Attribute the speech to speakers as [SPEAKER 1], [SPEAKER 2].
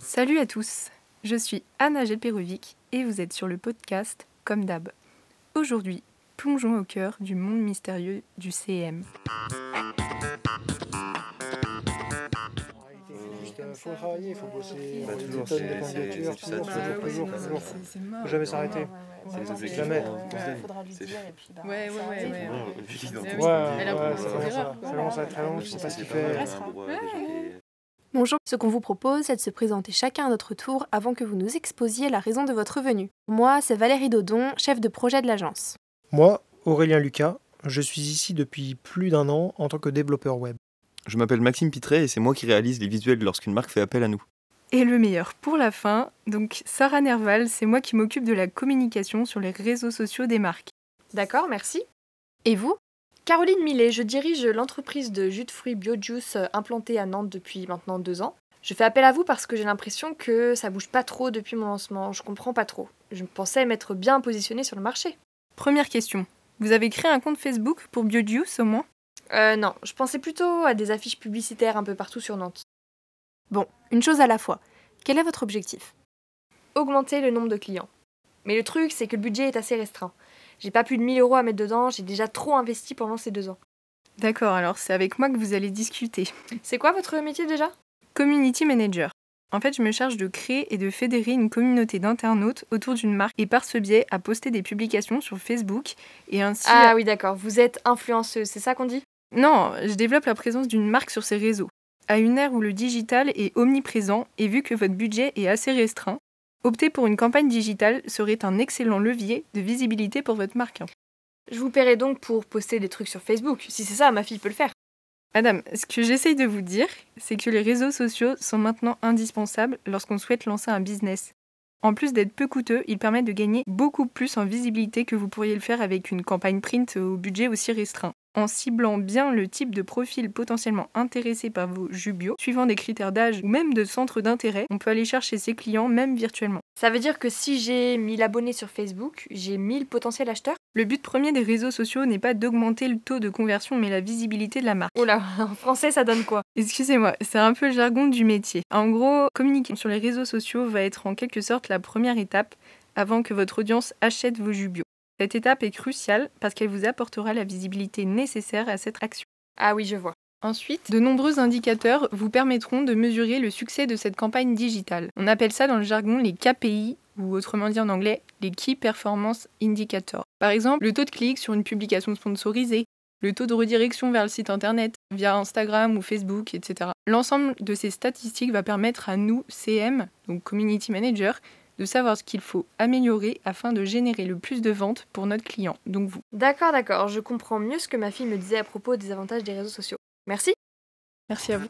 [SPEAKER 1] Salut à tous, je suis Anna Gelperovic et vous êtes sur le podcast Comme d'hab. Aujourd'hui, plongeons au cœur du monde mystérieux du CM.
[SPEAKER 2] Il faut travailler, il faut bosser, euh, on
[SPEAKER 3] Bah,
[SPEAKER 2] a des
[SPEAKER 3] toujours,
[SPEAKER 2] tonnes
[SPEAKER 3] c'est-
[SPEAKER 2] de candidatures, Bah,
[SPEAKER 3] c'est- c'est ça,
[SPEAKER 2] toujours,
[SPEAKER 3] toujours,
[SPEAKER 2] toujours, toujours,
[SPEAKER 3] toujours,
[SPEAKER 2] toujours.
[SPEAKER 3] toujours.
[SPEAKER 2] Faut jamais s'arrêter.
[SPEAKER 3] C'est les objectifs
[SPEAKER 2] Jamais.
[SPEAKER 3] qu'on- qu'on se
[SPEAKER 4] Il
[SPEAKER 3] donne.
[SPEAKER 4] faudra lui
[SPEAKER 3] C'est-
[SPEAKER 4] dire et puis bah.
[SPEAKER 5] Ouais, ouais,
[SPEAKER 4] ça
[SPEAKER 5] ouais,
[SPEAKER 4] va
[SPEAKER 5] ouais.
[SPEAKER 4] être-
[SPEAKER 3] Non, le public
[SPEAKER 5] Ouais,
[SPEAKER 3] identité.
[SPEAKER 5] ouais,
[SPEAKER 2] Ouais, ouais,
[SPEAKER 5] Elle a
[SPEAKER 2] ouais,
[SPEAKER 5] commencé
[SPEAKER 2] ça
[SPEAKER 5] à
[SPEAKER 2] commence
[SPEAKER 5] faire,
[SPEAKER 2] à-
[SPEAKER 5] quoi.
[SPEAKER 2] ça commence à être très long, euh, je sais pas ce qu'il fait. euh,
[SPEAKER 4] restera.
[SPEAKER 6] Bonjour. Ce qu'on vous propose, c'est de se présenter chacun à notre tour avant que vous nous exposiez la raison de votre venue. Moi, c'est Valérie Dodon, chef de projet de l'agence.
[SPEAKER 2] Moi, Aurélien Lucas, je suis ici depuis plus d'un an en tant que développeur web.
[SPEAKER 3] Je m'appelle Maxime Pitré et c'est moi qui réalise les visuels lorsqu'une marque fait appel à nous.
[SPEAKER 1] Et le meilleur pour la fin, donc Sarah Nerval, c'est moi qui m'occupe de la communication sur les réseaux sociaux des marques.
[SPEAKER 7] D'accord, merci.
[SPEAKER 6] Et vous
[SPEAKER 7] Caroline Millet, je dirige l'entreprise de jus de fruits BioJuice euh, implantée à Nantes depuis maintenant deux ans. Je fais appel à vous parce que j'ai l'impression que ça bouge pas trop depuis mon lancement, je comprends pas trop. Je pensais m'être bien positionnée sur le marché.
[SPEAKER 1] Première question, vous avez créé un compte Facebook pour BioJuice au moins
[SPEAKER 7] Euh non, je pensais plutôt à des affiches publicitaires un peu partout sur Nantes.
[SPEAKER 6] Bon, une chose à la fois. Quel est votre objectif
[SPEAKER 7] Augmenter le nombre de clients. Mais le truc, c'est que le budget est assez restreint. J'ai pas plus de 1000 euros à mettre dedans, j'ai déjà trop investi pendant ces deux ans.
[SPEAKER 1] D'accord, alors c'est avec moi que vous allez discuter.
[SPEAKER 7] C'est quoi votre métier déjà
[SPEAKER 1] Community Manager. En fait, je me charge de créer et de fédérer une communauté d'internautes autour d'une marque et par ce biais à poster des publications sur Facebook et ainsi...
[SPEAKER 7] Ah oui, d'accord, vous êtes influenceuse, c'est ça qu'on dit
[SPEAKER 1] Non, je développe la présence d'une marque sur ses réseaux. À une ère où le digital est omniprésent et vu que votre budget est assez restreint, opter pour une campagne digitale serait un excellent levier de visibilité pour votre marque.
[SPEAKER 7] Je vous paierai donc pour poster des trucs sur Facebook. Si c'est ça, ma fille peut le faire.
[SPEAKER 1] Madame, ce que j'essaye de vous dire, c'est que les réseaux sociaux sont maintenant indispensables lorsqu'on souhaite lancer un business. En plus d'être peu coûteux, ils permettent de gagner beaucoup plus en visibilité que vous pourriez le faire avec une campagne print au budget aussi restreint. En ciblant bien le type de profil potentiellement intéressé par vos jubios, suivant des critères d'âge ou même de centre d'intérêt, on peut aller chercher ses clients même virtuellement.
[SPEAKER 7] Ça veut dire que si j'ai 1000 abonnés sur Facebook, j'ai 1000 potentiels acheteurs
[SPEAKER 1] Le but premier des réseaux sociaux n'est pas d'augmenter le taux de conversion mais la visibilité de la marque.
[SPEAKER 7] Oula, en français, ça donne quoi
[SPEAKER 1] Excusez-moi, c'est un peu le jargon du métier. En gros, communiquer sur les réseaux sociaux va être en quelque sorte la première étape avant que votre audience achète vos jubios. Cette étape est cruciale parce qu'elle vous apportera la visibilité nécessaire à cette action.
[SPEAKER 7] Ah oui, je vois.
[SPEAKER 1] Ensuite, de nombreux indicateurs vous permettront de mesurer le succès de cette campagne digitale. On appelle ça dans le jargon les KPI ou autrement dit en anglais les Key Performance Indicators. Par exemple, le taux de clic sur une publication sponsorisée, le taux de redirection vers le site internet via Instagram ou Facebook, etc. L'ensemble de ces statistiques va permettre à nous, CM, donc Community Manager, de savoir ce qu'il faut améliorer afin de générer le plus de ventes pour notre client, donc vous.
[SPEAKER 7] D'accord, d'accord, je comprends mieux ce que ma fille me disait à propos des avantages des réseaux sociaux. Merci.
[SPEAKER 1] Merci à vous.